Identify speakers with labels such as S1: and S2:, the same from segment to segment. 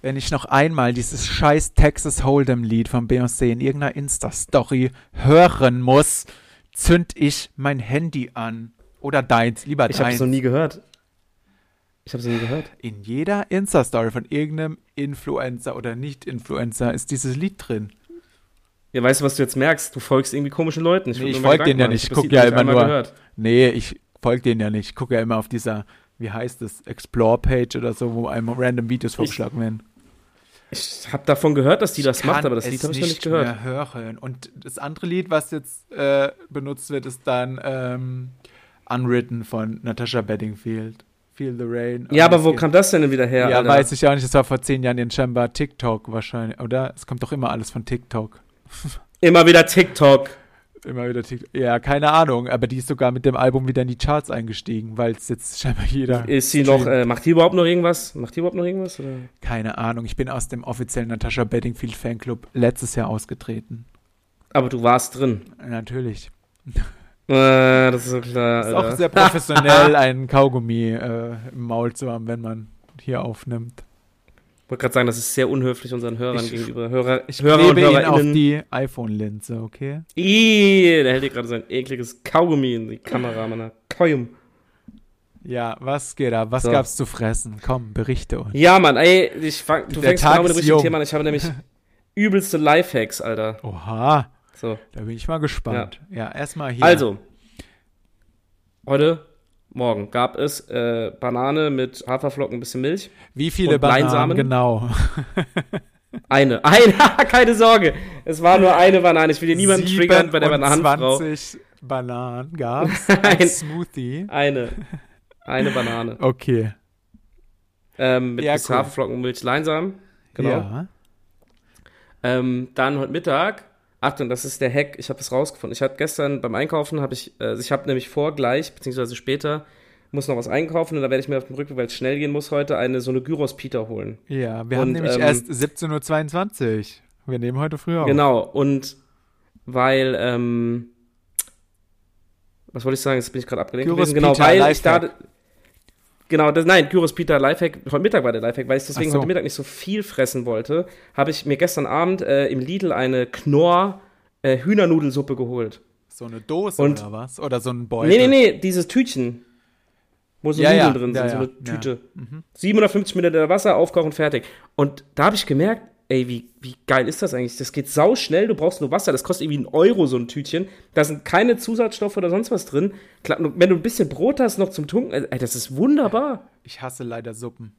S1: wenn ich noch einmal dieses scheiß Texas Hold'em Lied von Beyoncé in irgendeiner Insta-Story hören muss, zünd ich mein Handy an. Oder deins, lieber
S2: Ich habe es
S1: deins.
S2: noch nie gehört. Ich habe es noch nie gehört.
S1: In jeder Insta-Story von irgendeinem Influencer oder Nicht-Influencer ist dieses Lied drin.
S2: Ja, weißt du, was du jetzt merkst? Du folgst irgendwie komischen Leuten.
S1: Nee,
S2: würd
S1: ich
S2: mir mal
S1: folg denen
S2: Gedanken
S1: ja
S2: machen.
S1: nicht. Ich
S2: Das
S1: guck
S2: Lied hab
S1: ja
S2: ich
S1: immer
S2: einmal
S1: nur-
S2: Gehört.
S1: Nee, ich folge denen ja nicht. Ich gucke ja immer auf dieser, wie heißt das, Explore-Page oder so, wo einem random Videos vorgeschlagen werden.
S2: Ich habe davon gehört, dass die das macht,
S1: Kann
S2: aber das Lied
S1: es
S2: habe ich noch nicht gehört.
S1: Mehr hören. Und das andere Lied, was jetzt äh, benutzt wird, ist dann ähm, Unwritten von Natasha Bedingfield. Feel the Rain.
S2: Ja, aber wo
S1: kann
S2: kam das denn wieder her?
S1: Ja,
S2: Alter?
S1: weiß ich auch nicht. Das war vor zehn Jahren in scheinbar TikTok wahrscheinlich, oder? Es kommt doch immer alles von TikTok.
S2: Immer wieder TikTok.
S1: Immer wieder TikTok. Ja, keine Ahnung. Aber die ist sogar mit dem Album wieder in die Charts eingestiegen, weil es jetzt scheinbar jeder.
S2: Ist sie noch, äh, macht die überhaupt noch irgendwas? Macht die überhaupt noch irgendwas? Oder?
S1: Keine Ahnung. Ich bin aus dem offiziellen Natasha Bedingfield Fanclub letztes Jahr ausgetreten.
S2: Aber du warst drin.
S1: Natürlich.
S2: Äh, das ist so klar.
S1: Ist
S2: Alter.
S1: auch sehr professionell, einen Kaugummi äh, im Maul zu haben, wenn man hier aufnimmt.
S2: wollte gerade sagen, das ist sehr unhöflich unseren Hörern
S1: Ich-
S2: gegenüber. Hörer,
S1: Ich
S2: Hörer und
S1: klebe ihn auf
S2: HörerInnen.
S1: die iPhone-Linse, okay?
S2: Ih, der hält dir gerade sein ekliges Kaugummi in die Kamera, Mann. Kaum.
S1: Ja, was geht ab? Was
S2: So.
S1: gab's zu fressen? Komm, berichte uns.
S2: Ja, Mann, ey, ich fang, du
S1: Der
S2: fängst
S1: Tag
S2: genau mit dem
S1: ist
S2: richtigen
S1: jung.
S2: Thema an. Ich habe nämlich übelste Lifehacks, Alter.
S1: Oha.
S2: So.
S1: Da bin ich mal gespannt. Ja, erstmal hier.
S2: Also, heute Morgen gab es äh, Banane mit Haferflocken, ein bisschen Milch.
S1: wie viele
S2: und
S1: Bananen
S2: Leinsamen?
S1: genau?
S2: Eine, eine, keine Sorge. Es war nur eine Banane. Ich will hier niemanden triggern bei der Bananenfrau.
S1: 20 Bananen gab's als Smoothie.
S2: Eine. Eine Banane.
S1: Okay.
S2: Ähm, mit
S1: Ja,
S2: bis
S1: cool.
S2: Haferflocken, Milch, Leinsamen. Genau.
S1: Ja.
S2: Ähm, dann heute Mittag. Achtung, das ist der Hack. Ich habe das rausgefunden. Ich habe gestern beim Einkaufen, habe ich, äh, ich habe nämlich vor gleich, beziehungsweise später, muss noch was einkaufen und da werde ich mir auf dem Rückweg, weil es schnell gehen muss heute, eine so eine Gyros-Pita holen.
S1: Ja, wir
S2: Und,
S1: haben nämlich
S2: ähm,
S1: erst 17.22 Uhr. Wir nehmen heute früh auf.
S2: Genau, und weil, ähm, was wollte ich sagen, jetzt bin ich gerade abgelenkt
S1: Gyros
S2: gewesen. Genau,
S1: Peter,
S2: weil ich
S1: Lifehack.
S2: da, genau, das, nein, Gyros Peter Lifehack, heute Mittag war der Lifehack, weil ich deswegen
S1: Ach so.
S2: heute Mittag nicht so viel fressen wollte, habe ich mir gestern Abend äh, im Lidl eine Knorr äh, Hühnernudelsuppe geholt.
S1: So eine Dose
S2: Und-
S1: oder was? Oder so ein Beutel?
S2: Nee, nee, nee, dieses Tütchen. Wo so
S1: Ja,
S2: Nudeln
S1: ja,
S2: drin
S1: ja,
S2: sind, so eine
S1: ja, Mhm. ja.
S2: Tüte. 750 Milliliter Wasser, aufkochen, fertig. Und da habe ich gemerkt, ey, wie, wie geil ist das eigentlich? Das geht sau schnell, du brauchst nur Wasser, das kostet irgendwie einen Euro, so ein Tütchen. Da sind keine Zusatzstoffe oder sonst was drin. Klar, nur wenn du ein bisschen Brot hast noch zum Tunken, ey, das ist wunderbar.
S1: Ich hasse leider Suppen.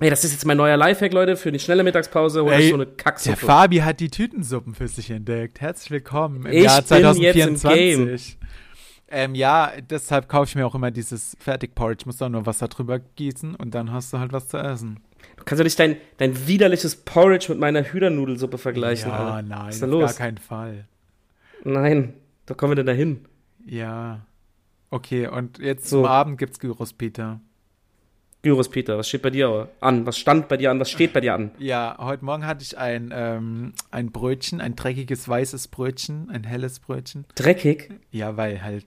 S2: Ey, das ist jetzt mein neuer Lifehack, Leute, für die schnelle Mittagspause hol
S1: Ey,
S2: ich so eine
S1: Der
S2: Kacksuppe.
S1: Fabi hat die Tütensuppen für sich entdeckt. Herzlich willkommen im
S2: Ich
S1: Jahr
S2: bin jetzt im
S1: 2024. Ähm, ja, deshalb kaufe ich mir auch immer dieses Fertigporridge. Muss da nur Wasser drüber gießen und dann hast du halt was zu essen.
S2: Du kannst doch nicht dein, dein widerliches Porridge mit meiner Hühnernudelsuppe vergleichen.
S1: ja,
S2: Alter.
S1: nein,
S2: Was ist da
S1: auf
S2: los?
S1: gar keinen Fall.
S2: Nein, da kommen wir denn da hin?
S1: Ja. Okay, und jetzt
S2: So.
S1: zum Abend gibt's Gyros, Peter.
S2: Gyros Peter, was steht bei dir an? Was stand bei dir an? Was steht bei dir an?
S1: Ja, heute Morgen hatte ich ein, ähm, ein Brötchen, ein dreckiges weißes Brötchen, ein helles Brötchen.
S2: Dreckig?
S1: Ja, weil halt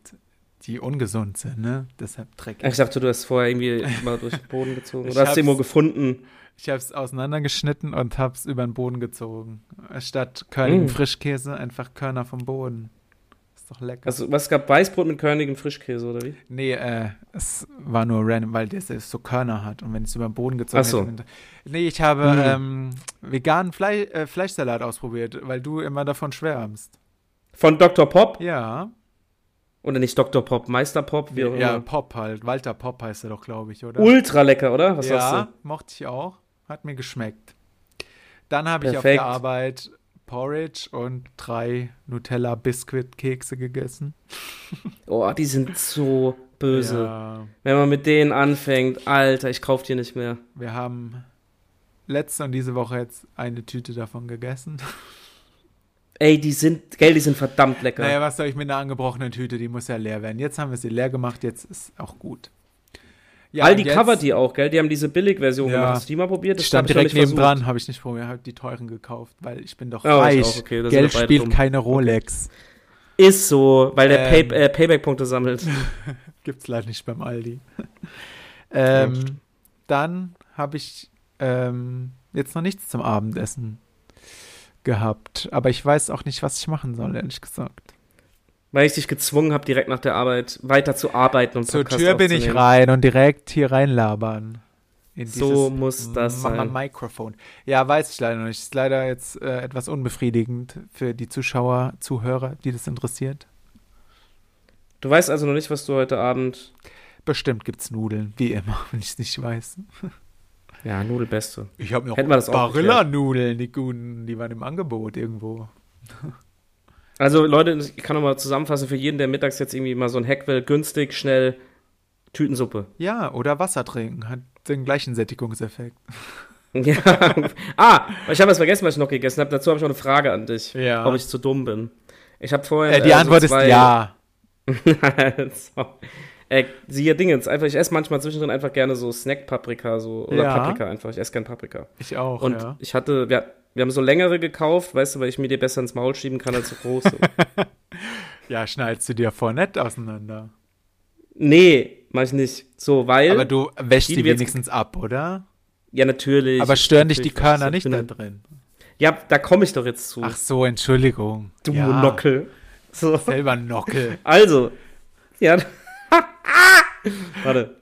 S1: die ungesund sind, ne? Deshalb dreckig.
S2: Ach, Ich dachte, du hast vorher irgendwie mal durch den Boden gezogen.
S1: Ich
S2: Oder hast
S1: hab's-
S2: du irgendwo gefunden?
S1: Ich habe es auseinandergeschnitten und habe es über den Boden gezogen. Statt körnigen
S2: Mm.
S1: Frischkäse einfach Körner vom Boden. Ist doch lecker.
S2: Also, was gab Weißbrot mit körnigem Frischkäse, oder wie?
S1: nee, äh, es war nur random, weil der selbst so Körner hat. Und wenn ich es über den Boden gezogen
S2: Ach so.
S1: hätte. Nee, ich habe
S2: Mm.
S1: ähm, veganen Fle äh, Fleischsalat ausprobiert, weil du immer davon schwärmst.
S2: Von Dr. Pop?
S1: Ja.
S2: Oder nicht Dr. Pop, Meister Pop, wie auch
S1: Ja,
S2: immer.
S1: Pop halt. Walter Pop heißt er doch, glaube ich, oder?
S2: Ultra lecker, oder? Was
S1: ja,
S2: sagst
S1: mochte ich auch. Hat mir geschmeckt. Dann habe ich auf
S2: Perfekt.
S1: der Arbeit Porridge und drei Nutella-Biscuit-Kekse gegessen.
S2: du? Oh, die sind so böse.
S1: Ja,
S2: Wenn man mit denen anfängt, Alter, ich kauf dir nicht mehr.
S1: wir haben letzte und diese Woche jetzt eine Tüte davon gegessen.
S2: Ey, die sind, gell, die sind verdammt lecker.
S1: Naja, was soll ich mit einer angebrochenen Tüte? Die muss ja leer werden. Jetzt haben wir sie leer gemacht, jetzt ist auch gut. Ja,
S2: Aldi
S1: und jetzt-
S2: covert die auch, gell? Die haben diese Billigversion
S1: Ja.
S2: gemacht. Hast du die mal probiert?
S1: Ich
S2: Das
S1: stand
S2: hab ich noch
S1: direkt
S2: nicht versucht.
S1: nebendran, habe ich nicht probiert, habe die teuren gekauft, weil ich bin doch
S2: Ja, ich
S1: reich.
S2: auch, okay, da sind wir
S1: Geld
S2: beide
S1: spielt
S2: dumm.
S1: keine Rolex.
S2: Ist so, weil der
S1: Ähm.
S2: Pay äh, Payback-Punkte sammelt.
S1: Gibt's leider nicht beim Aldi.
S2: Ja,
S1: ähm, dann habe ich ähm, jetzt noch nichts zum Abendessen gehabt. Aber ich weiß auch nicht, was ich machen soll, ehrlich gesagt.
S2: Weil ich dich gezwungen habe, direkt nach der Arbeit weiter zu arbeiten und
S1: Zur
S2: Podcast
S1: Tür bin ich
S2: aufzunehmen.
S1: rein und direkt hier reinlabern. In
S2: So
S1: dieses
S2: muss das
S1: Ma-
S2: sein.
S1: Mikrofon. Ja, weiß ich leider noch nicht. Ist leider jetzt äh, etwas unbefriedigend für die Zuschauer, Zuhörer, die das interessiert.
S2: Du weißt also noch nicht, was du heute Abend.
S1: Bestimmt gibt's Nudeln, wie immer, wenn ich es nicht weiß.
S2: Ja, Nudelbeste.
S1: Ich habe noch
S2: Hätten wir das auch
S1: Barilla-Nudeln, die guten, die waren im Angebot irgendwo.
S2: Also, Leute, ich kann nochmal zusammenfassen für jeden, der mittags jetzt irgendwie mal so ein Hack will, günstig, schnell, Tütensuppe.
S1: Ja, oder Wasser trinken, hat den gleichen Sättigungseffekt.
S2: Ja. ah, ich habe was vergessen, was ich noch gegessen habe. Dazu habe ich noch eine Frage an dich,
S1: Ja.
S2: ob ich zu dumm bin. Ich habe vorher.
S1: Äh, die
S2: so
S1: Antwort ist
S2: zwei-
S1: ja.
S2: so. Äh, siehe Dingens, einfach, ich esse manchmal zwischendrin einfach gerne so Snack-Paprika, so, oder
S1: Ja.
S2: Paprika einfach, ich esse gern Paprika.
S1: Ich auch,
S2: Und
S1: ja.
S2: ich hatte, wir, wir haben so längere gekauft, weißt du, weil ich mir die besser ins Maul schieben kann als so große.
S1: Ja, schneidest du dir vor nett auseinander.
S2: nee, mach ich nicht. So, weil,
S1: Aber du wäschst
S2: die
S1: die
S2: du Äh, jetzt-
S1: wenigstens ab, oder?
S2: ja natürlich.
S1: Aber stören dich die
S2: natürlich,
S1: Körner
S2: ich
S1: nicht
S2: bin-
S1: da drin.
S2: Ja, da komme ich doch jetzt zu.
S1: Ach so, Entschuldigung.
S2: du
S1: ja,
S2: Nockel. So.
S1: Selber Nockel.
S2: Also, ja. Warte.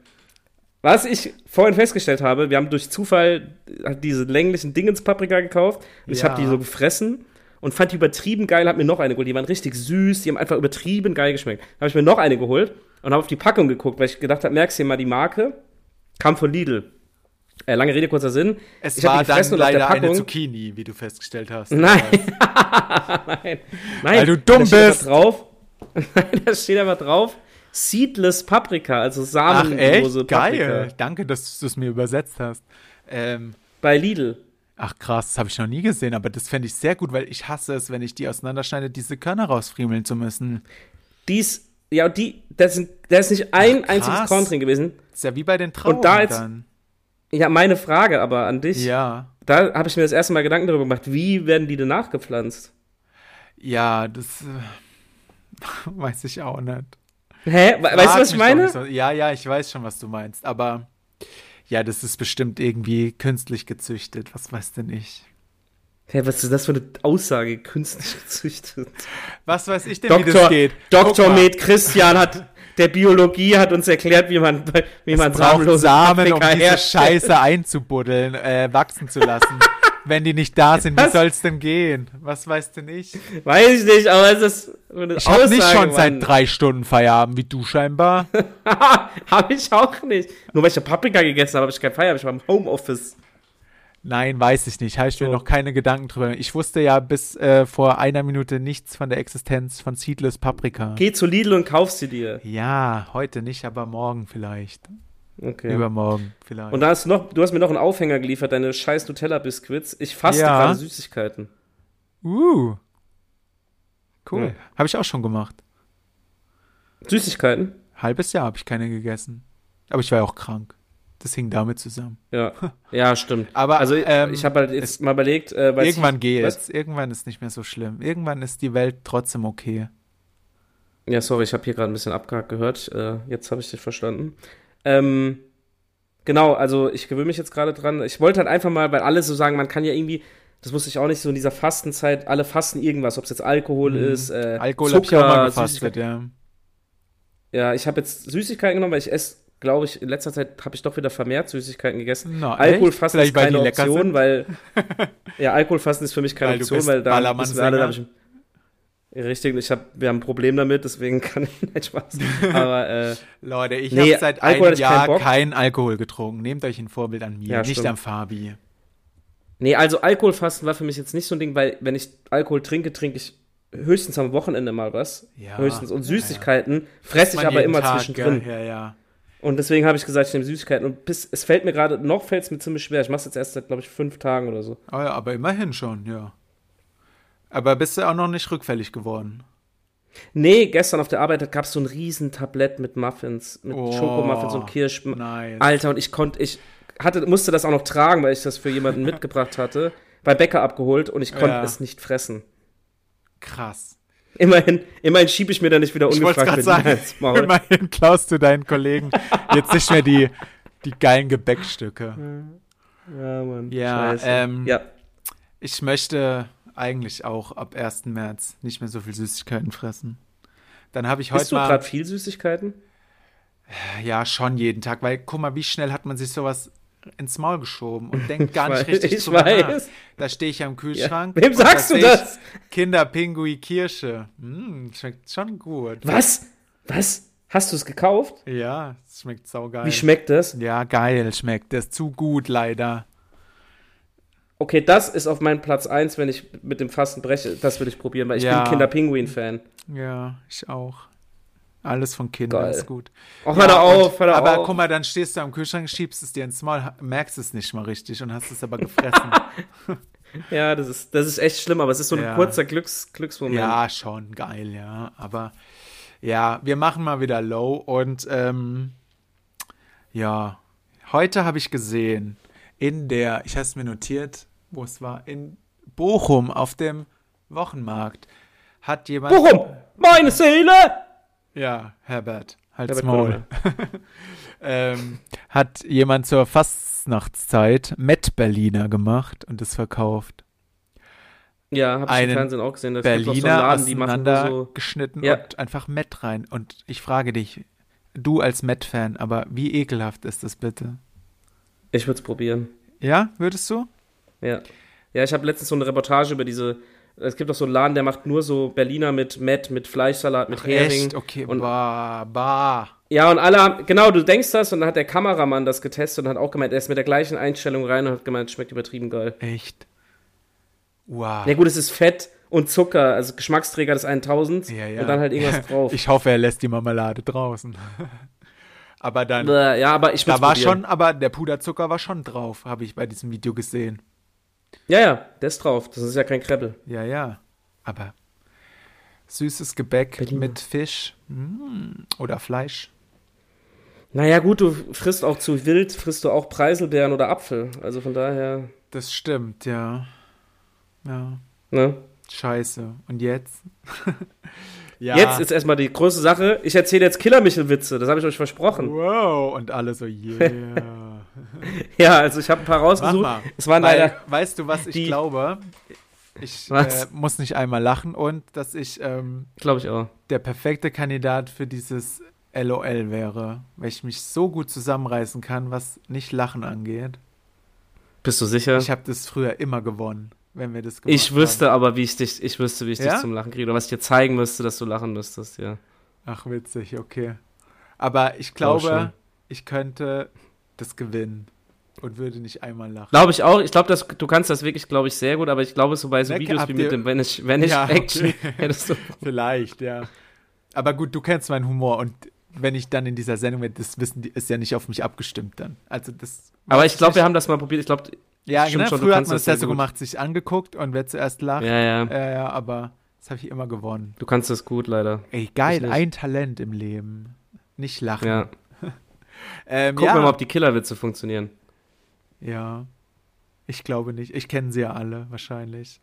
S2: Was ich vorhin festgestellt habe, wir haben durch Zufall diese länglichen Dingens-Paprika gekauft und ich
S1: Ja.
S2: habe die so gefressen und fand die übertrieben geil, habe mir noch eine geholt. Die waren richtig süß, die haben einfach übertrieben geil geschmeckt. Habe ich mir noch eine geholt und habe auf die Packung geguckt, weil ich gedacht habe, merkst du dir mal die Marke? Kam von Lidl. Äh, lange Rede, kurzer Sinn.
S1: Es
S2: Ich hab
S1: war
S2: die
S1: dann
S2: gefressen und auf der
S1: leider eine
S2: Packung-
S1: Zucchini, wie du festgestellt hast.
S2: Nein. Nein. Nein.
S1: Weil du dumm
S2: da steht
S1: bist.
S2: Aber drauf, Nein, da steht aber drauf, seedless Paprika, also
S1: Ach
S2: samenlose
S1: echt?
S2: Paprika.
S1: Geil. Danke, dass du es mir übersetzt hast. Ähm,
S2: Bei Lidl.
S1: Ach krass, das habe ich noch nie gesehen, aber das fände ich sehr gut, weil ich hasse es, wenn ich die auseinanderschneide, diese Körner rausfriemeln zu müssen.
S2: Dies, ja, die, da sind- da ist nicht ein
S1: Ach,
S2: einziges
S1: krass.
S2: Korn drin gewesen.
S1: Ist ja wie bei den Trauben
S2: Und da jetzt-
S1: dann.
S2: Ja, meine Frage aber an dich.
S1: Ja,
S2: Da habe ich mir das erste Mal Gedanken darüber gemacht, wie werden die denn nachgepflanzt?
S1: ja, das äh, weiß ich auch nicht.
S2: Hä? We- Äh, Weißt du,
S1: Frag
S2: was ich
S1: mich
S2: meine?
S1: doch nicht So. Ja, ja, ich weiß schon, was du meinst, aber ja, das ist bestimmt irgendwie künstlich gezüchtet, was weiß denn ich.
S2: Hä, was ist das für eine Aussage? Künstlich gezüchtet.
S1: Was weiß ich denn, wie das
S2: Doktor,
S1: geht? Guck
S2: Doktor
S1: mal,
S2: Med Christian hat, der Biologie hat uns erklärt, wie man, wie man
S1: es braucht
S2: samenlose
S1: Samen, um
S2: Paprika
S1: diese
S2: herstellt.
S1: Scheiße einzubuddeln, äh, wachsen zu lassen. Wenn die nicht da sind, wie
S2: Was?
S1: soll's denn gehen? Was weiß denn ich?
S2: Weiß ich nicht, aber es ist eine
S1: Ich habe nicht
S2: Aussage,
S1: schon
S2: Mann.
S1: seit drei Stunden Feierabend, wie du scheinbar.
S2: Hab ich auch nicht. Nur weil ich eine Paprika gegessen habe, habe ich kein Feier, ich war im Homeoffice.
S1: Nein, weiß ich nicht. Habe ich mir
S2: So.
S1: noch keine Gedanken drüber. gemacht. Ich wusste ja bis äh, vor einer Minute nichts von der Existenz von Seedless Paprika.
S2: Geh zu Lidl und kauf sie dir.
S1: Ja, heute nicht, aber morgen vielleicht.
S2: Okay.
S1: Übermorgen vielleicht.
S2: und da hast du noch, du hast mir noch einen Aufhänger geliefert, deine scheiß Nutella-Biscuits. Ich faste
S1: Ja.
S2: gerade Süßigkeiten.
S1: uh. Cool.
S2: Ja.
S1: Habe ich auch schon gemacht.
S2: Süßigkeiten?
S1: Halbes Jahr habe ich keine gegessen. Aber ich war ja auch krank. Das hing damit zusammen.
S2: Ja. Ja, stimmt.
S1: Aber,
S2: also
S1: ähm,
S2: ich habe halt jetzt mal überlegt, äh, weil
S1: Irgendwann
S2: ich,
S1: geht's. Irgendwann ist nicht mehr so schlimm. Irgendwann ist die Welt trotzdem okay.
S2: Ja, sorry, ich habe hier gerade ein bisschen abgehakt gehört. Äh, jetzt habe ich dich verstanden. Ähm, genau, also ich gewöhne mich jetzt gerade dran. Ich wollte halt einfach mal, weil alle so sagen, man kann ja irgendwie, das wusste ich auch nicht, so in dieser Fastenzeit, alle fasten irgendwas, ob es jetzt Alkohol ist, äh,
S1: Mhm. Alkohol habe ich auch
S2: Zucker,
S1: mal
S2: Süßigkeiten.
S1: gefastet, ja.
S2: Ja, ich habe jetzt Süßigkeiten genommen, weil ich esse, glaube ich, in letzter Zeit habe ich doch wieder vermehrt Süßigkeiten gegessen.
S1: Na,
S2: Alkohol
S1: echt?
S2: fasten
S1: Vielleicht,
S2: ist
S1: weil
S2: keine
S1: die lecker
S2: Option,
S1: sind?
S2: weil ja, Alkohol fasten ist für mich keine
S1: Weil du
S2: Option,
S1: bist
S2: weil da
S1: Ballermann-Sänger.
S2: müssen wir alle, da hab ich, richtig, ich hab, wir haben ein Problem damit, deswegen kann ich nicht Spaß. Aber äh,
S1: Leute, ich
S2: Nee,
S1: habe seit
S2: Alkohol
S1: einem
S2: hatte ich keinen
S1: Jahr
S2: Bock.
S1: keinen Alkohol getrunken. Nehmt euch ein Vorbild an mir,
S2: Ja,
S1: nicht
S2: stimmt.
S1: am Fabi.
S2: Nee, also Alkoholfasten war für mich jetzt nicht so ein Ding, weil wenn ich Alkohol trinke, trinke ich höchstens am Wochenende mal was.
S1: Ja.
S2: Höchstens. Und
S1: Ja, ja.
S2: Süßigkeiten fresse ich
S1: Man
S2: aber
S1: jeden
S2: immer
S1: Tag,
S2: zwischendrin.
S1: gell? Ja, ja.
S2: Und deswegen habe ich gesagt, ich nehme Süßigkeiten. Und bis, es fällt mir gerade, noch fällt es mir ziemlich schwer. Ich mache es jetzt erst seit, glaube ich, fünf Tagen oder so.
S1: Oh, ja, aber immerhin schon, ja. Aber bist du auch noch nicht rückfällig geworden?
S2: Nee, gestern auf der Arbeit gab es so ein riesen Tablett mit Muffins, mit
S1: Oh,
S2: Schokomuffins und Kirschen.
S1: Nice.
S2: Alter, und ich konnte, ich hatte, musste das auch noch tragen, weil ich das für jemanden mitgebracht hatte. Bei Bäcker abgeholt und ich konnte
S1: Ja.
S2: es nicht fressen.
S1: Krass.
S2: Immerhin, immerhin schiebe ich mir da nicht wieder
S1: Ich wollte
S2: ungefragt
S1: gerade
S2: mit
S1: sagen,
S2: ins Maul.
S1: immerhin klaust du deinen Kollegen jetzt nicht mehr die, die geilen Gebäckstücke.
S2: Ja, Mann.
S1: Ja,
S2: Scheiße.
S1: ähm,
S2: ja.
S1: Ich möchte eigentlich auch ab 1. März nicht mehr so viel Süßigkeiten fressen. Dann habe ich heute
S2: Isst du
S1: mal.
S2: gerade viel Süßigkeiten?
S1: Ja, schon jeden Tag, weil guck mal, wie schnell hat man sich sowas ins Maul geschoben und denkt gar nicht
S2: weiß,
S1: richtig
S2: ich
S1: drüber
S2: weiß.
S1: nach. Da stehe ich am Kühlschrank.
S2: Wem
S1: und
S2: sagst
S1: da
S2: du
S1: seh ich
S2: das?
S1: Kinder, Pinguin, Kirsche. Hm, schmeckt schon gut.
S2: Was? Was? Hast du es gekauft?
S1: Ja, es schmeckt saugeil.
S2: Wie schmeckt das?
S1: ja, geil schmeckt. Das ist zu gut, leider.
S2: Okay, das ist auf meinem Platz 1, wenn ich mit dem Fasten breche. Das würde ich probieren, weil ich
S1: Ja.
S2: bin Kinderpinguin-Fan.
S1: Ja, ich auch. Alles von Kindern
S2: Geil.
S1: ist gut.
S2: Och, hör da
S1: und-
S2: auf, hör da
S1: aber
S2: auf.
S1: guck mal, dann stehst du am Kühlschrank, schiebst es dir ins Maul, ha- merkst es nicht mal richtig und hast es aber gefressen.
S2: Ja, das ist, das ist echt schlimm, aber es ist so ein
S1: Ja.
S2: kurzer Glücks, Glücksmoment.
S1: Ja, schon geil, ja. Aber ja, wir machen mal wieder Low und ähm, ja, heute habe ich gesehen, in der, ich habe es mir notiert, wo es war, in Bochum auf dem Wochenmarkt hat jemand.
S2: Bochum, meine Seele!
S1: Ja, Herbert, halt's
S2: Herbert
S1: Maul. ähm, hat jemand zur Fastnachtszeit Met-Berliner gemacht und es verkauft.
S2: Ja, habe ich im
S1: Einen
S2: Fernsehen auch gesehen. Das gibt doch so einen
S1: Berliner
S2: Laden, die machen nur so.
S1: auseinandergeschnitten
S2: Ja.
S1: und einfach Met rein. Und ich frage dich, du als Met-Fan, aber wie ekelhaft ist das bitte?
S2: Ich würde es probieren.
S1: Ja, würdest du?
S2: Ja. Ja, ich habe letztens so eine Reportage über diese. Es gibt doch so einen Laden, der macht nur so Berliner mit Met, mit Fleischsalat, mit Hering.
S1: Echt? Okay,
S2: und-
S1: bah, bah.
S2: Ja, und alle haben, genau, du denkst das und dann hat der Kameramann das getestet und hat auch gemeint, er ist mit der gleichen Einstellung rein und hat gemeint, es schmeckt übertrieben geil.
S1: Echt? Wow.
S2: Ja gut, es ist Fett und Zucker, also Geschmacksträger des 1000
S1: Ja, ja.
S2: und dann halt irgendwas drauf.
S1: Ich hoffe, er lässt die Marmelade draußen. aber dann,
S2: Bäh, ja, aber ich
S1: da
S2: würd's
S1: war
S2: probieren.
S1: schon, aber der Puderzucker war schon drauf, habe ich bei diesem Video gesehen.
S2: Ja, ja, der ist drauf. Das ist ja kein Kreppel.
S1: Ja, ja. Aber süßes Gebäck
S2: Berliner.
S1: mit Fisch mm, oder Fleisch.
S2: Naja, gut, du frisst auch zu wild, frisst du auch Preiselbeeren oder Apfel. Also von daher,
S1: Das stimmt, ja. Ja,
S2: ne?
S1: scheiße. Und jetzt? ja.
S2: Jetzt ist erstmal die große Sache. Ich erzähle jetzt Killer-Michel-Witze, das habe ich euch versprochen.
S1: Wow, und alle so, yeah.
S2: Ja, also ich habe ein paar
S1: Mach
S2: rausgesucht.
S1: mal.
S2: Es waren
S1: Weil,
S2: leider.
S1: weißt du, was ich
S2: die-
S1: glaube? Ich äh,
S2: Was?
S1: muss nicht einmal lachen und dass ich ähm,
S2: Glaube ich auch.
S1: der perfekte Kandidat für dieses LOL wäre, weil ich mich so gut zusammenreißen kann, was nicht Lachen angeht.
S2: Bist du sicher?
S1: Ich habe das früher immer gewonnen, wenn wir das gemacht
S2: Ich wüsste aber, wie ich dich, ich wüsste, wie ich
S1: Ja?
S2: dich zum Lachen kriege. Oder was ich dir zeigen müsste, dass du lachen müsstest, ja.
S1: Haben. Ach, witzig, okay. Aber ich
S2: Glaube
S1: glaube, ich könnte das gewinnen und würde nicht einmal lachen.
S2: Glaube ich auch. Ich glaube, dass- du kannst das wirklich, glaube ich, sehr gut, aber ich glaube, so bei so
S1: Leck,
S2: Videos
S1: habt
S2: wie
S1: ihr-
S2: mit dem Wenn ich, wenn ich
S1: Ja, okay.
S2: Action hättest du.
S1: Vielleicht, ja. Aber gut, du kennst meinen Humor und wenn ich dann in dieser Sendung bin, das Wissen die ist ja nicht auf mich abgestimmt dann. Also das.
S2: Aber ich glaube, wir haben das mal probiert. Ich glaube,
S1: Ja,
S2: stimmt
S1: genau.
S2: schon, du
S1: früher hat
S2: kannst
S1: man
S2: das
S1: es ja
S2: sehr
S1: so
S2: gut.
S1: gemacht, sich angeguckt und wer zuerst lacht. Ja,
S2: ja, ja.
S1: ja, aber das habe ich immer gewonnen.
S2: Du kannst das gut, leider.
S1: Ey,
S2: Ich
S1: geil,
S2: nicht.
S1: ein Talent im Leben. Nicht lachen.
S2: Ja.
S1: Ähm,
S2: Gucken
S1: ja.
S2: wir mal, ob die Killerwitze funktionieren.
S1: ja. Ich glaube nicht. Ich kenne sie ja alle wahrscheinlich.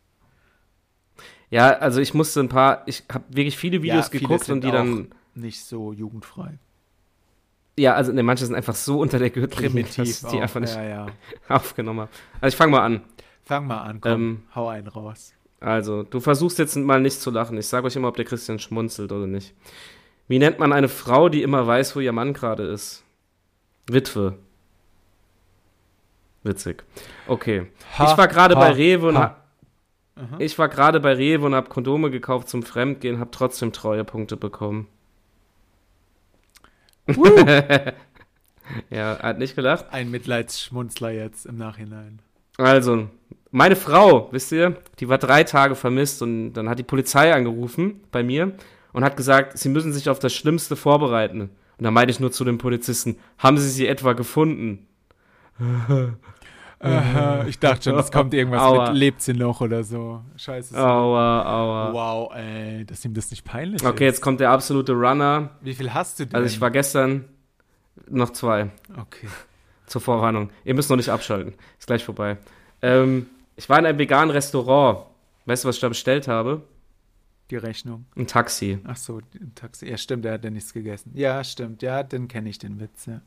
S2: Ja, also ich musste ein paar, ich habe wirklich viele Videos
S1: Ja, viele
S2: geguckt
S1: sind
S2: und die dann,
S1: Nicht so jugendfrei.
S2: ja, also ne, manche sind einfach so unter der Gürtellinie, dass
S1: Primitiv.
S2: ich die
S1: Auch.
S2: einfach nicht
S1: Ja, ja.
S2: aufgenommen habe. Also ich fange mal an.
S1: Fang mal an, komm.
S2: Ähm,
S1: hau einen raus.
S2: Also, du versuchst jetzt mal nicht zu lachen. Ich sage euch immer, ob der Christian schmunzelt oder nicht. Wie nennt man eine Frau, die immer weiß, wo ihr Mann gerade ist? Witwe. Witzig. Okay. ich war gerade bei Rewe und hab, ich war gerade bei Rewe und hab Kondome gekauft zum Fremdgehen, hab trotzdem Treuepunkte bekommen. Uh. ja, hat nicht gelacht.
S1: Ein Mitleidsschmunzler jetzt im Nachhinein.
S2: Also, meine Frau, wisst ihr, die war drei Tage vermisst und dann hat die Polizei angerufen bei mir und hat gesagt, sie müssen sich auf das Schlimmste vorbereiten. Und da meinte ich nur zu dem Polizisten, haben sie sie etwa gefunden?
S1: Äh, ich dachte schon, es kommt irgendwas
S2: Mhm. Aua.
S1: mit, lebt sie noch oder so. Scheiße.
S2: Aua, aua.
S1: Wow, ey, dass ihm das nicht peinlich
S2: Okay,
S1: ist.
S2: jetzt kommt der absolute Runner.
S1: Wie viel hast du denn?
S2: Also ich war gestern noch zwei
S1: okay.
S2: zur Vorwarnung. Ihr müsst noch nicht abschalten. Ist gleich vorbei. Ähm, ich war in einem veganen Restaurant. Weißt du, was ich da bestellt habe?
S1: Die Rechnung.
S2: Ein Taxi.
S1: Ach so, im Taxi. Ja, stimmt, der hat ja nichts gegessen. Ja, stimmt. Ja, den kenne ich, den Witz. Ja.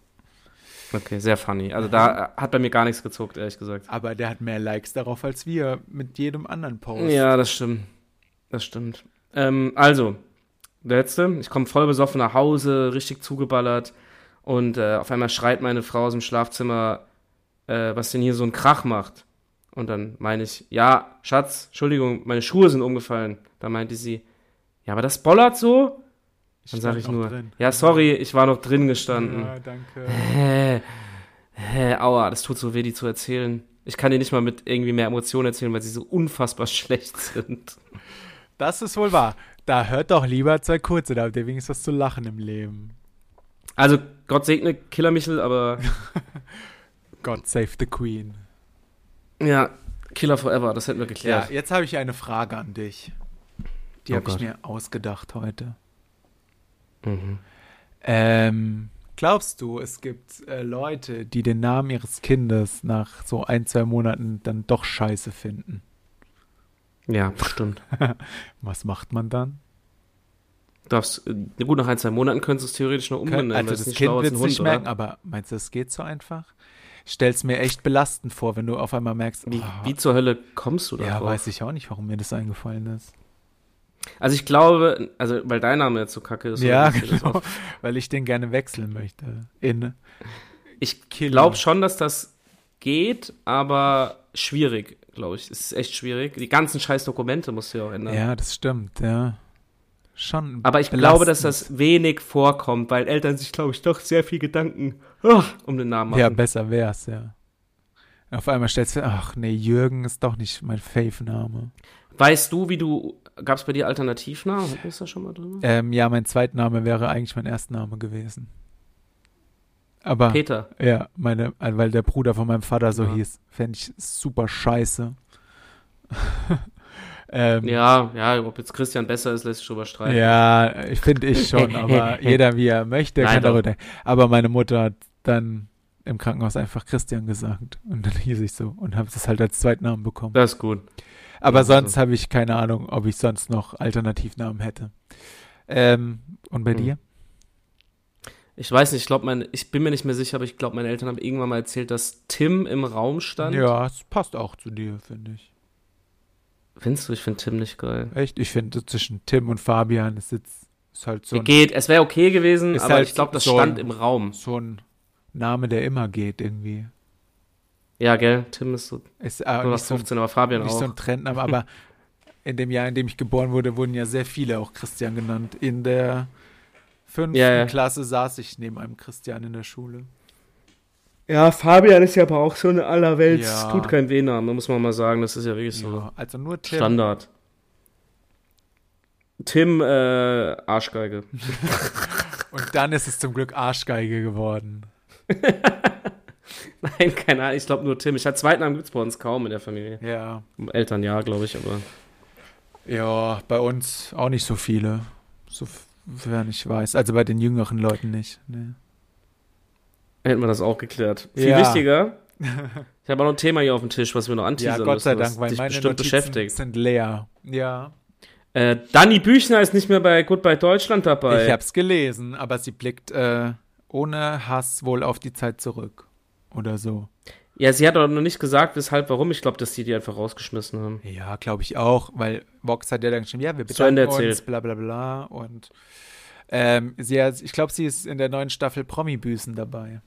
S2: Okay, sehr funny. Also da äh, hat bei mir gar nichts gezuckt, ehrlich gesagt.
S1: Aber der hat mehr Likes darauf als wir mit jedem anderen Post.
S2: Ja, das stimmt. Das stimmt. Ähm, also, der letzte. Ich komme voll besoffen nach Hause, richtig zugeballert. Und äh, auf einmal schreit meine Frau aus dem Schlafzimmer, äh, was denn hier so ein Krach macht. Und dann meine ich, ja, Schatz, Entschuldigung, meine Schuhe sind umgefallen. Da meinte sie, ja, aber das bollert so. Dann
S1: stand
S2: sage ich
S1: auch
S2: nur,
S1: drin.
S2: ja, sorry, ich war noch drin gestanden.
S1: Ja, danke.
S2: Hä? Hä? Aua, das tut so weh, die zu erzählen. Ich kann dir nicht mal mit irgendwie mehr Emotionen erzählen, weil sie so unfassbar schlecht sind.
S1: Das ist wohl wahr. Da hört doch lieber zwei Kurze, da habt ihr wenigstens was zu lachen im Leben.
S2: Also, Gott segne Killer Michel, aber
S1: God save the Queen.
S2: ja, Killer Forever, das hätten wir geklärt.
S1: Ja, jetzt habe ich eine Frage an dich. Die
S2: Oh
S1: habe ich
S2: Gott.
S1: mir ausgedacht heute.
S2: Mhm.
S1: Ähm, glaubst du, es gibt äh, Leute, die den Namen ihres Kindes nach so ein, zwei Monaten dann doch scheiße finden?
S2: Ja, bestimmt.
S1: Was macht man dann?
S2: Du darfst, äh, gut, nach ein, zwei Monaten könntest du es theoretisch noch umbenennen. weil
S1: also
S2: es
S1: das
S2: nicht
S1: Kind
S2: schlauer
S1: wird
S2: als ein
S1: es
S2: Hund,
S1: nicht
S2: oder?
S1: merken, aber meinst du, es geht so einfach? Stell's mir echt belastend vor, wenn du auf einmal merkst,
S2: Wie,
S1: ah,
S2: wie zur Hölle kommst du da
S1: ja,
S2: drauf?
S1: weiß ich auch nicht, warum mir das eingefallen ist.
S2: Also ich glaube, also weil dein Name jetzt so kacke ist.
S1: ja,
S2: oder wie ist dir das
S1: genau, weil ich den gerne wechseln möchte. In
S2: Ich
S1: Killer.
S2: glaube schon, dass das geht, aber schwierig, glaube ich. Es ist echt schwierig. Die ganzen scheiß Dokumente musst du ja auch ändern.
S1: ja, das stimmt, ja. Schon.
S2: Aber ich glaube, dass das wenig vorkommt, weil Eltern sich, glaube ich, doch sehr viel Gedanken ah, um den Namen machen.
S1: Ja, besser wär's, ja. Auf einmal stellst du, ach nee, Jürgen ist doch nicht mein Fave-Name.
S2: weißt du, wie du, gab es bei dir Alternativnamen? Hatten wir es da schon mal drüber?
S1: Ähm, ja, mein Zweitname wäre eigentlich mein Erstname gewesen. Aber,
S2: Peter.
S1: ja, meine, äh, weil der Bruder von meinem Vater so
S2: Ja.
S1: hieß, fände ich super scheiße. ähm,
S2: Ja, ja, ob jetzt Christian besser ist, lässt sich drüber streiten.
S1: Ja, ich finde ich schon, aber jeder wie er möchte,
S2: Nein,
S1: kann
S2: doch.
S1: darüber denken. Aber meine Mutter hat dann im Krankenhaus einfach Christian gesagt und dann hieß ich so und habe das halt als Zweitnamen bekommen.
S2: Das ist gut.
S1: aber
S2: ja,
S1: sonst
S2: also-
S1: habe ich keine Ahnung, ob ich sonst noch Alternativnamen hätte. Ähm, und bei
S2: Hm.
S1: dir?
S2: Ich weiß nicht, ich glaube, mein, ich bin mir nicht mehr sicher, aber ich glaube, meine Eltern haben irgendwann mal erzählt, dass Tim im Raum stand.
S1: Ja, es passt auch zu dir, finde ich.
S2: Findest du, ich finde Tim nicht geil.
S1: Echt? Ich finde zwischen Tim und Fabian ist jetzt ist halt so ein,
S2: Geht, es wäre okay gewesen,
S1: Ist
S2: aber
S1: halt
S2: ich glaube, das
S1: so ein-
S2: stand im Raum.
S1: so ein Name, der immer geht irgendwie.
S2: Ja, gell, Tim ist so
S1: Ist äh,
S2: nur noch
S1: nicht so ein
S2: 15, aber Fabian
S1: nicht
S2: auch.
S1: so ein Trendname, aber in dem Jahr, in dem ich geboren wurde, wurden ja sehr viele auch Christian genannt. In der fünften
S2: Ja, ja.
S1: Klasse saß ich neben einem Christian in der Schule.
S2: ja, Fabian ist ja aber auch so eine allerwelts,
S1: Ja.
S2: tut kein Wehname, muss man mal sagen, das ist ja wirklich so
S1: Ja, also nur Tim.
S2: Standard. Tim, äh, Arschgeige.
S1: Und dann ist es zum Glück Arschgeige geworden.
S2: Nein, keine Ahnung, ich glaube nur Tim. Ich hatte Zweitnamen gibt's bei uns kaum in der Familie.
S1: Ja.
S2: Eltern ja, glaube ich, aber.
S1: Ja, bei uns auch nicht so viele. Sofern ich weiß. Also bei den jüngeren Leuten nicht. ne. Nee.
S2: Hätten wir das auch geklärt. Viel
S1: Ja.
S2: wichtiger. Ich habe auch noch ein Thema hier auf dem Tisch, was wir noch anteasern
S1: Ja, Gott sei
S2: müssen, was
S1: Dank, weil
S2: dich
S1: meine
S2: bestimmt
S1: Notizen
S2: beschäftigt.
S1: sind leer. Ja.
S2: Äh, Dani Büchner ist nicht mehr bei Goodbye Deutschland dabei.
S1: Ich hab's gelesen, aber sie blickt äh, ohne Hass wohl auf die Zeit zurück. Oder so.
S2: ja, sie hat auch noch nicht gesagt, weshalb, warum. Ich glaube, dass die die einfach rausgeschmissen haben.
S1: Ja, glaube ich auch, weil Vox hat ja dann geschrieben, ja, wir
S2: Zu Ende
S1: bedanken uns,
S2: erzählt.
S1: bla bla bla. Und ähm, sie hat, ich glaube, sie ist in der neuen Staffel Promi-Büßen dabei.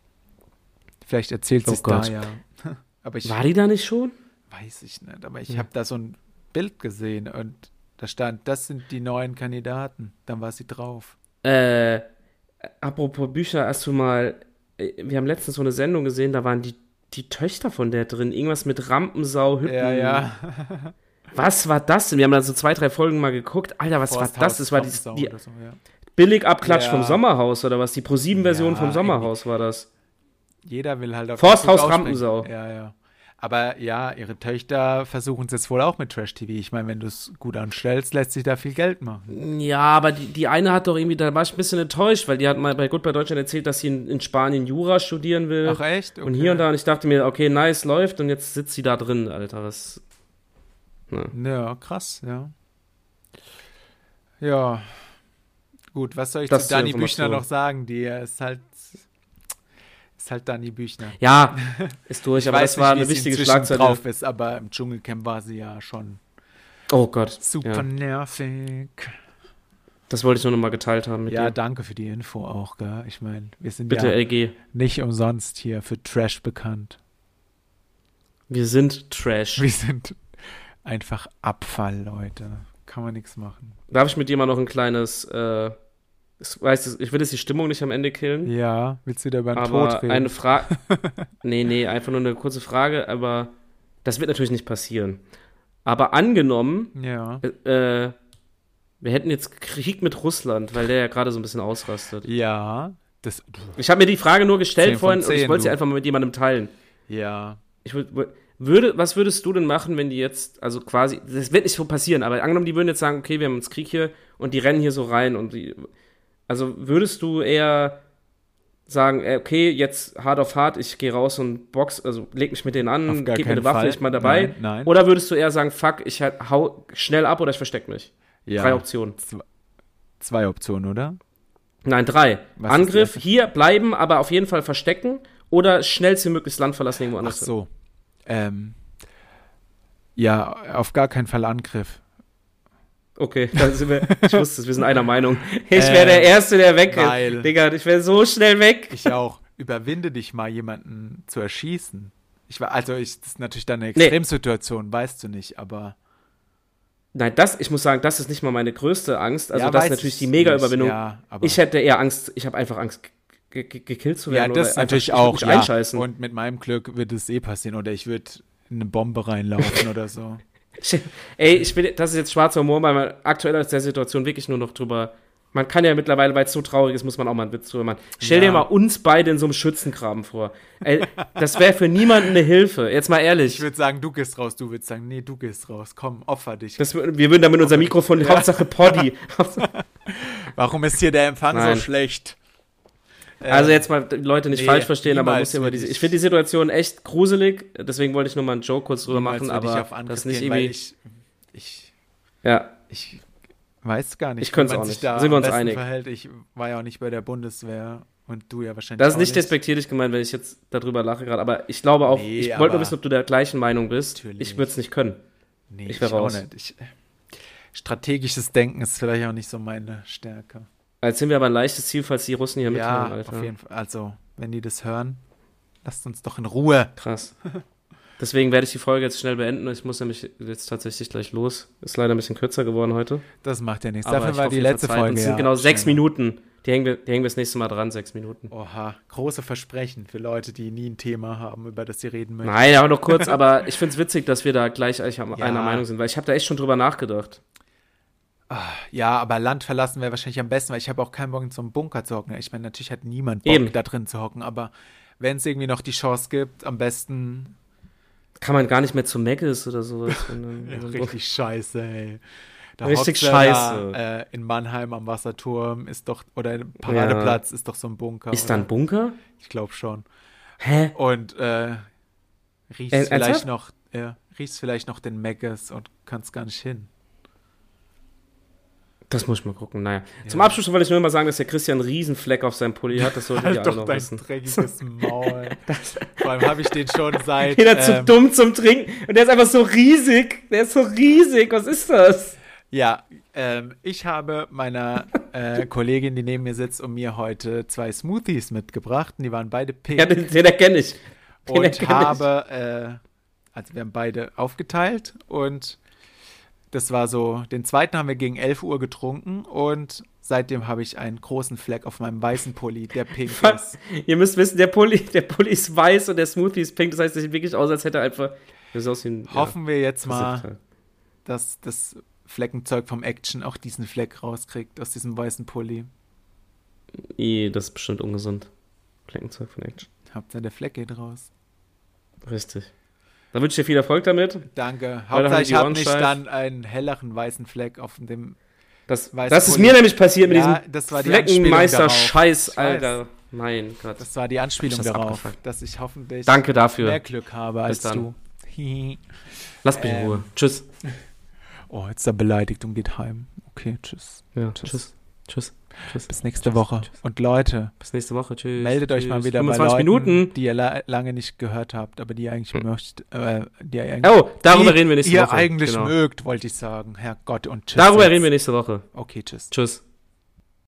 S1: Vielleicht erzählt sie
S2: Oh
S1: es da
S2: Gott.
S1: ja. Aber ich
S2: War die da nicht schon?
S1: weiß ich nicht. Aber ich habe da so ein Bild gesehen und da stand, das sind die neuen Kandidaten. Dann war sie drauf.
S2: Äh, apropos Bücher, hast du mal, äh, wir haben letztens so eine Sendung gesehen, da waren die, die Töchter von der drin. Irgendwas mit Rampensau, Hütten.
S1: Ja, ja.
S2: Was war das denn? Wir haben da so zwei, drei Folgen mal geguckt. Alter, was war das? Das war die,
S1: Forsthaus,
S2: die
S1: Rampensau oder so, ja.
S2: Billigabklatsch
S1: Ja.
S2: vom Sommerhaus oder was? Die Pro-7-Version
S1: Ja,
S2: vom Sommerhaus war das.
S1: Jeder will halt auf
S2: Forsthaus
S1: den Zug aufspringen.
S2: Rampensau.
S1: Ja, ja. Aber ja, ihre Töchter versuchen es jetzt wohl auch mit Trash-TV. Ich meine, wenn du es gut anstellst, lässt sich da viel Geld machen.
S2: Ja, aber die, die eine hat doch irgendwie, da war ich ein bisschen enttäuscht, weil die hat mal bei Gut bei Deutschland erzählt, dass sie in, in Spanien Jura studieren will.
S1: Ach echt?
S2: Und
S1: Okay.
S2: hier und da. Und ich dachte mir, okay, nice, läuft. Und jetzt sitzt sie da drin, Alter. Was. Na.
S1: Ja, krass, ja. Ja. Gut, was soll ich
S2: Das
S1: zu
S2: zur
S1: Dani
S2: Information.
S1: Büchner noch sagen? Die ist halt äh, Ist halt Dani Büchner.
S2: Ja, ist durch, aber das war eine wichtige Schlagzeile.
S1: drauf ist, aber im Dschungelcamp war sie ja schon
S2: Oh Gott.
S1: super
S2: Ja.
S1: nervig.
S2: Das wollte ich nur nochmal geteilt haben mit
S1: Ja,
S2: dir.
S1: danke für die Info auch, gell? Ich meine, wir sind
S2: Bitte,
S1: ja
S2: LG.
S1: nicht umsonst hier für Trash bekannt.
S2: Wir sind Trash.
S1: Wir sind einfach Abfall, Leute. Kann man nichts machen.
S2: Darf ich mit dir mal noch ein kleines, äh, es- weißt du, ich will jetzt die Stimmung nicht am Ende killen,
S1: Ja, willst du wieder über den Tod
S2: aber
S1: reden?
S2: eine Frage. nee, nee, einfach nur eine kurze Frage, aber das wird natürlich nicht passieren. Aber angenommen,
S1: ja.
S2: äh, äh, wir hätten jetzt Krieg mit Russland, weil der ja gerade so ein bisschen ausrastet.
S1: Ja, das.
S2: Ich habe mir die Frage nur gestellt
S1: Zehn von
S2: vorhin und ich
S1: zehn,
S2: wollte sie
S1: du.
S2: einfach mal mit jemandem teilen.
S1: Ja.
S2: Ich würd, würde, was würdest du denn machen, wenn die jetzt, also quasi, das wird nicht so passieren, aber angenommen, die würden jetzt sagen, okay, wir haben uns Krieg hier und die rennen hier so rein und die, also würdest du eher sagen, äh, okay, jetzt hard auf hard, ich gehe raus und box, also leg mich mit denen an,
S1: Auf gar
S2: gib mir eine
S1: keinen
S2: Waffe,
S1: Fall.
S2: ich mal dabei?
S1: Nein, nein.
S2: Oder würdest du eher sagen, fuck, ich halt, hau schnell ab oder ich versteck mich?
S1: ja.
S2: Drei Optionen.
S1: Zwe- Zwei Optionen, oder?
S2: Nein, drei.
S1: Was ist die
S2: Angriff,
S1: erste?
S2: hier bleiben, aber auf jeden Fall verstecken oder schnellstmöglich das Land verlassen irgendwo
S1: Ach
S2: anders. hin.
S1: so. Ähm, ja, auf gar keinen Fall Angriff.
S2: Okay, dann sind wir, ich wusste es, wir sind einer Meinung. Ich
S1: Äh,
S2: wäre der Erste, der weg ist.
S1: geil.
S2: Digga, ich wäre so schnell weg.
S1: Ich auch. Überwinde dich mal, jemanden zu erschießen. Ich war, also ich, das ist natürlich dann eine
S2: Nee.
S1: Extremsituation, weißt du nicht, aber.
S2: Nein, das, ich muss sagen, das ist nicht mal meine größte Angst. Also
S1: Ja,
S2: das ist
S1: weiß
S2: natürlich
S1: ich
S2: die Mega-Überwindung.
S1: nicht, Ja, aber
S2: ich hätte eher Angst, ich habe einfach Angst, ge- ge- gekillt zu
S1: ja
S2: werden.
S1: das
S2: oder
S1: natürlich
S2: einfach,
S1: auch.
S2: Ich würd mich
S1: Ja.
S2: einscheißen.
S1: Und mit meinem Glück wird es eh passieren oder ich würde in eine Bombe reinlaufen oder so.
S2: Ich, ey, ich bin, das ist jetzt schwarzer Humor, weil man aktuell aus der Situation wirklich nur noch drüber. Man kann ja mittlerweile, weil es so traurig ist, muss man auch mal einen Witz drüber machen. Stell dir
S1: Ja.
S2: mal uns beide in so einem Schützengraben vor. Ey, das wäre für niemanden eine Hilfe. Jetzt mal ehrlich.
S1: Ich würde sagen, du gehst raus, du würdest sagen, nee, du gehst raus, komm, opfer dich.
S2: Das, wür- wir würden damit unser Mikrofon, Hauptsache Poddy.
S1: Warum ist hier der Empfang
S2: Nein.
S1: so schlecht?
S2: also jetzt mal die Leute nicht
S1: nee,
S2: falsch verstehen, aber man
S1: niemals
S2: muss ja über
S1: würde
S2: diese.
S1: ich-
S2: Ich finde die Situation echt gruselig, deswegen wollte ich nur mal einen Joke kurz drüber machen,
S1: Niemals Ähm, würd
S2: aber
S1: ich auf Angriff
S2: das nicht
S1: gehen, weil
S2: irgendwie.
S1: ich, ich,
S2: ja,
S1: ich weiß gar nicht,
S2: Ich könnte
S1: wie
S2: es
S1: man
S2: auch
S1: sich
S2: nicht.
S1: da
S2: Sind wir
S1: am
S2: uns
S1: besten
S2: einig.
S1: Verhält. Ich war ja auch nicht bei der Bundeswehr und du ja wahrscheinlich
S2: das ist
S1: auch
S2: nicht
S1: nicht.
S2: despektierlich gemeint, wenn ich jetzt darüber lache gerade, aber ich glaube auch,
S1: Nee,
S2: ich wollte nur
S1: aber-
S2: wissen, ob du der gleichen Meinung bist.
S1: Natürlich.
S2: Ich würde es nicht können.
S1: Nee,
S2: Ich wär
S1: auch
S2: raus.
S1: nicht. Ich, strategisches Denken ist vielleicht auch nicht so meine Stärke.
S2: Jetzt sind wir aber ein leichtes Ziel, falls die Russen hier mitmachen,
S1: Ja,
S2: Alter.
S1: auf jeden Fall. Also, wenn die das hören, lasst uns doch in Ruhe.
S2: Krass. Deswegen werde ich die Folge jetzt schnell beenden. Ich muss nämlich jetzt tatsächlich gleich los. Ist leider ein bisschen kürzer geworden heute.
S1: Das macht ja nichts.
S2: Aber
S1: Dafür
S2: ich
S1: war
S2: hoffe,
S1: die
S2: ihr
S1: letzte
S2: verzeiht uns.
S1: Folge.
S2: Es sind
S1: ja
S2: genau sechs
S1: schneller.
S2: Minuten. Die hängen, wir, die hängen wir das nächste Mal dran, sechs Minuten.
S1: Oha, große Versprechen für Leute, die nie ein Thema haben, über das sie reden möchten.
S2: Nein, aber noch kurz, aber ich finde es witzig, dass wir da gleich eigentlich am-
S1: Ja.
S2: einer Meinung sind, weil ich habe da echt schon drüber nachgedacht.
S1: Ja, aber Land verlassen wäre wahrscheinlich am besten, weil ich habe auch keinen Bock, in so einem Bunker zu hocken. Ich meine, natürlich hat niemand Bock,
S2: Eben.
S1: da drin zu hocken, aber wenn es irgendwie noch die Chance gibt, am besten
S2: Kann man gar nicht mehr zu Meckes oder sowas. wenn dann-
S1: ja,
S2: wenn dann-
S1: richtig scheiße, ey. Da
S2: Richtig
S1: hockst du
S2: scheiße.
S1: Da, äh, in Mannheim am Wasserturm ist doch, oder im Paradeplatz ist doch so ein Bunker.
S2: Ist da ein
S1: oder?
S2: Bunker?
S1: Ich glaube schon.
S2: Hä?
S1: Und äh, riechst
S2: Äh, ernsthaft?
S1: vielleicht noch, ja, riechst vielleicht noch den Megas und kannst gar nicht hin.
S2: Das muss ich mal gucken. Naja. Zum Abschluss wollte ich nur mal sagen, dass der Christian einen Riesenfleck auf seinem Pulli hat. Das solltet ihr
S1: Halt
S2: alle
S1: doch
S2: noch
S1: dein
S2: wissen.
S1: dreckiges Maul. Vor allem habe ich den schon seit.
S2: Jeder zu
S1: ähm,
S2: dumm zum Trinken. Und der ist einfach so riesig. Der ist so riesig. Was ist das?
S1: Ja, ähm, ich habe meiner äh, Kollegin, die neben mir sitzt, und mir heute zwei Smoothies mitgebracht. Und die waren beide pink.
S2: Ja, den, den erkenne ich. Den
S1: und
S2: erkenne ich.
S1: habe, äh, also wir haben beide aufgeteilt. Und das war so, den zweiten haben wir gegen 11 Uhr getrunken. Und seitdem habe ich einen großen Fleck auf meinem weißen Pulli, der pink ist.
S2: Ihr müsst wissen, der Pulli, der Pulli ist weiß und der Smoothie ist pink. Das heißt, das sieht wirklich aus, als hätte er einfach. Das sieht aus wie ein.
S1: Hoffen wir jetzt
S2: ja,
S1: mal,
S2: Versifter.
S1: dass das Fleckenzeug vom Action auch diesen Fleck rauskriegt aus diesem weißen Pulli.
S2: I, das ist bestimmt ungesund. Fleckenzeug von Action.
S1: Hauptsache der Fleck geht raus.
S2: Richtig. Dann wünsche ich dir viel Erfolg damit.
S1: Danke.
S2: Heute haben
S1: Hauptsache
S2: wir
S1: ich
S2: die
S1: habe
S2: Ohren
S1: nicht
S2: steif.
S1: dann einen helleren weißen Fleck auf dem.
S2: Das,
S1: Weiß
S2: das ist
S1: Pulli.
S2: mir nämlich passiert mit
S1: Ja,
S2: diesem
S1: das war die Anspielung darauf.
S2: Fleckenmeister-Scheiß,
S1: Ich weiß.
S2: Alter. Mein Gott.
S1: Das war die Anspielung
S2: das
S1: darauf,
S2: abgefuckt.
S1: dass ich hoffentlich
S2: Danke
S1: mehr
S2: dafür.
S1: Glück habe als
S2: Bis
S1: du. Hihi.
S2: Lass mich in
S1: Ähm,
S2: Ruhe. Tschüss.
S1: oh, jetzt ist er beleidigt und geht heim. Okay, tschüss.
S2: Ja,
S1: tschüss.
S2: tschüss. Tschüss. Tschüss.
S1: Bis nächste Woche. Und Leute,
S2: Bis nächste Woche. Tschüss.
S1: meldet euch mal
S2: Tschüss.
S1: wieder bei
S2: 25
S1: Leuten,
S2: Minuten. Hm.
S1: die ihr la lange nicht gehört habt, aber die ihr eigentlich möchtet, äh, die ihr eigentlich,
S2: Oh, darüber
S1: die
S2: reden wir nächste
S1: ihr
S2: Woche.
S1: eigentlich
S2: Genau.
S1: mögt, wollte ich sagen. Herrgott und tschüss.
S2: Darüber
S1: jetzt.
S2: reden wir nächste Woche.
S1: Okay, tschüss.
S2: Tschüss.